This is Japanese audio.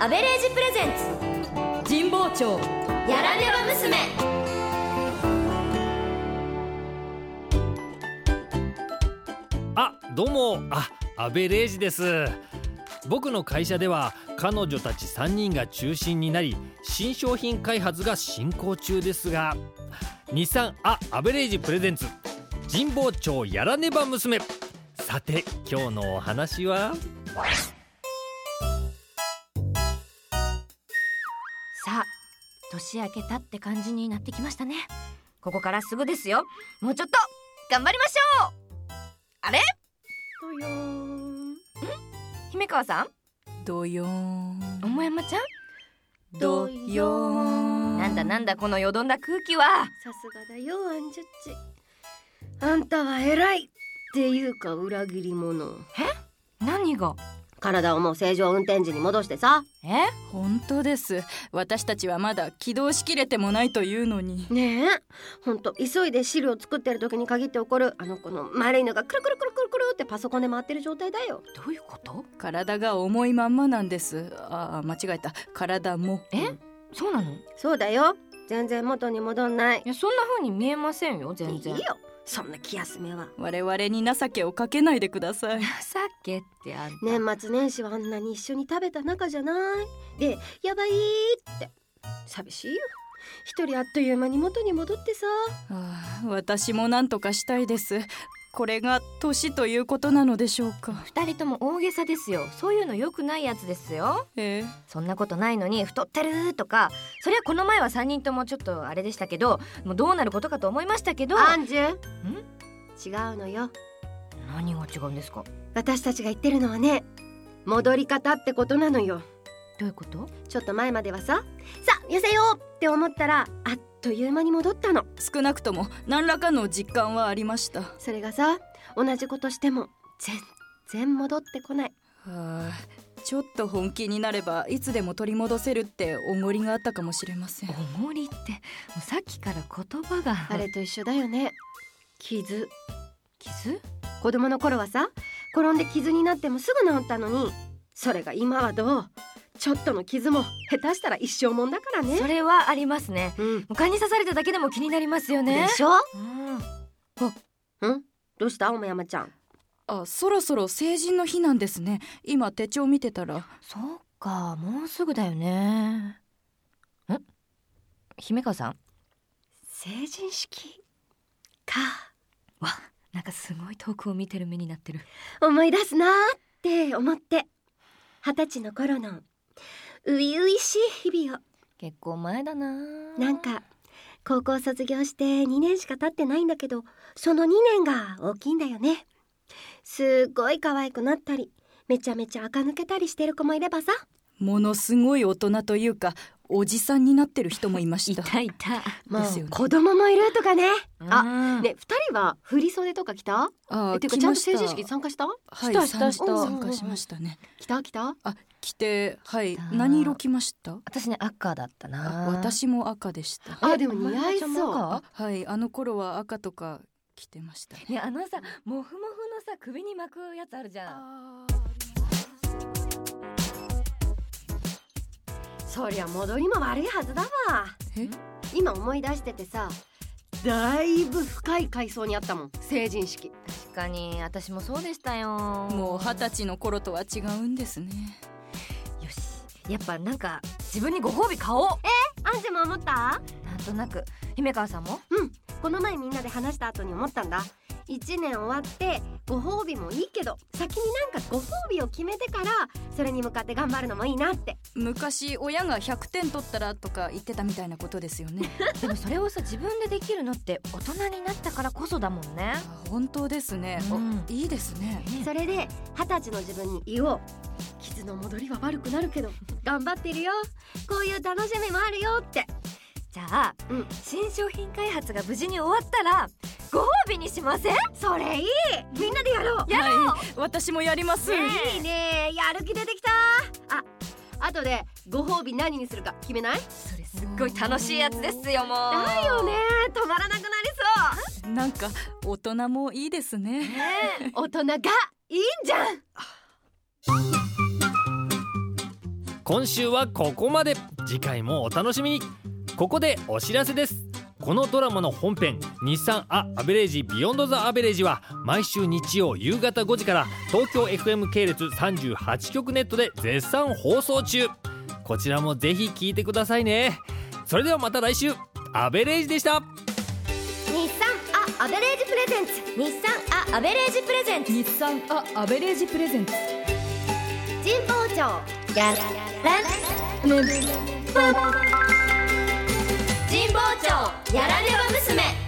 アベレージプレゼンツ神保町やらねば娘あどうもあ安倍礼二です僕の会社では彼女たち3人が中心になり新商品開発が進行中ですが日産あアベレージプレゼンツ神保町やらねば娘さて今日のお話はさあ年明けたって感じになってきましたねここからすぐですよもうちょっと頑張りましょうあれどよーん姫川さんどよーん桃山ちゃどよーんんなんだなんだこのよどんだ空気はさすがだよアンジュッチあんたは偉いっていうか裏切り者何が体をもう正常運転時に戻してさえ本当です私たちはまだ起動しきれてもないというのにねえほんと急いで汁を作ってる時に限って起こるあの子の丸いのがくるくるくるくるくるってパソコンで回ってる状態だよどういうこと体が重いまんまなんですあー間違えた体もそうなのいそうだよ全然元に戻んないやそんな風に見えませんよ全然いいよそんな気休めは我々に情けをかけないでください情けってあんた年末年始はあんなに一緒に食べた仲じゃないでやばいって寂しいよ一人あっという間に元に戻ってさあー私も何とかしたいですこれが年ということなのでしょうか二人とも大げさですよそういうの良くないやつですよえーそんなことないのに太ってるとかそりゃこの前は三人ともちょっとあれでしたけどもうどうなることかと思いましたけどアンジュ違ううんのよ何が違うんですか私たちが言ってるのはね戻り方ってことなのよどういうことちょっと前まではささあ痩せようって思ったらあっという間に戻ったの少なくとも何らかの実感はありましたそれがさ同じことしても全然戻ってこないあーちょっと本気になればいつでも取り戻せるっておごりがあったかもしれませんおもりってもうさっきから言葉があれと一緒だよね傷傷子供の頃はさ転んで傷になってもすぐ治ったのにそれが今はどうちょっとの傷も下手したら一生もんだからそねれはありますねうん蚊に刺されただけでも気になりますよねでしょうんどうした青山ちゃんあそろそろ成人の日なんですね今手帳見てたらそうかもうすぐだよねん姫川さん成人式かなんかすごい遠くを見てる目になってる思い出すなーって思って二十歳の頃の初々しい日々を結構前だななんか高校卒業して2年しか経ってないんだけどその2年が大きいんだよねすっごい可愛くなったりめちゃめちゃ垢抜けたりしてる子もいればさものすごい大人というかおじさんになってる人もいまいしたたいたもですようね子供もいるとかねああね二人は振り袖とか着たあえーてか来ちゃんまとした成人式参加したはいしたした参した参加しましたね来た来たあ来てはい来た何色着ました私ね赤だったなあ私も赤でしたあえでも似合いお前のちゃんもそう赤あはいあの頃は赤とか着てましたねいやあのさモフモフのさ首に巻くやつあるじゃんそりゃ戻りも悪いはずだわえ今思い出しててさだいぶ深い階層にあったもん成人式確かに私もそうでしたよもう二十歳の頃とは違うんですねよしやっぱなんか自分にご褒美買おうアンジェも思ったなんとなく姫川さんもこの前みんなで話した後に思ったんだ1年終わってご褒美もいいけど先になんかご褒美を決めてからそれに向かって頑張るのもいいなって昔親が100点取ったらとか言ってたみたいなことですよ ねでもそれをさ自分でできるのって大人になったからこそだもんねあ本当ですね、おうんいいですねそれで二十歳の自分に言おう傷の戻りは悪くなるけど頑張ってるよこういう楽しみもあるよってじゃあ、うん新商品開発が無事に終わったらご褒美にしませんそれいいみんなでやろうやろうはい、私もやります、いいねやる気出てきたあ後でご褒美何にするか決めないそれすっごい楽しいやつですよもうだよね止まらなくなりなんか大人もいいですねそう大人がいいんじゃん今週はここまで次回もお楽しみにここでお知らせですこのドラマの本編「日産ア・アベレージ・ビヨンド・ザ・アベレージ」は毎週日曜夕方5時から東京 FM 系列38局ネットで絶賛放送中こちらもぜひ聞いてくださいねそれではまた来週アベレージでした日産アアベレージプレゼンツ日産アアベレージプレゼンツ日産あアベレージプレゼンツ神保町やらね神保町やらねば娘